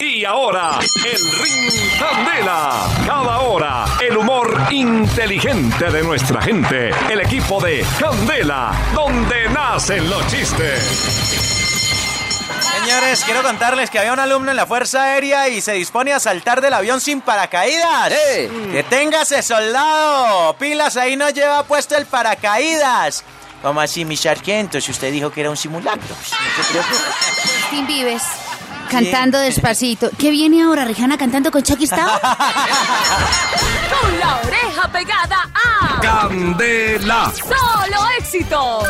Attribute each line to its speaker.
Speaker 1: Y ahora, el Ring Candela. Cada hora, el humor inteligente de nuestra gente. El equipo de Candela, donde nacen los chistes.
Speaker 2: Señores, quiero contarles que había un alumno en la Fuerza Aérea y se dispone a saltar del avión sin paracaídas.
Speaker 3: ¡Eh!
Speaker 2: ¡Deténgase, soldado! Pilas ahí no lleva puesto el paracaídas. ¿Cómo así, mi sargento? Si usted dijo que era un simulacro. Pues, no se preocupe.
Speaker 4: Tim Vives cantando despacito. ¿Qué viene ahora, Rihanna cantando con Chucky Stone?
Speaker 5: Con la oreja pegada a
Speaker 1: Candela.
Speaker 5: Solo Éxitos.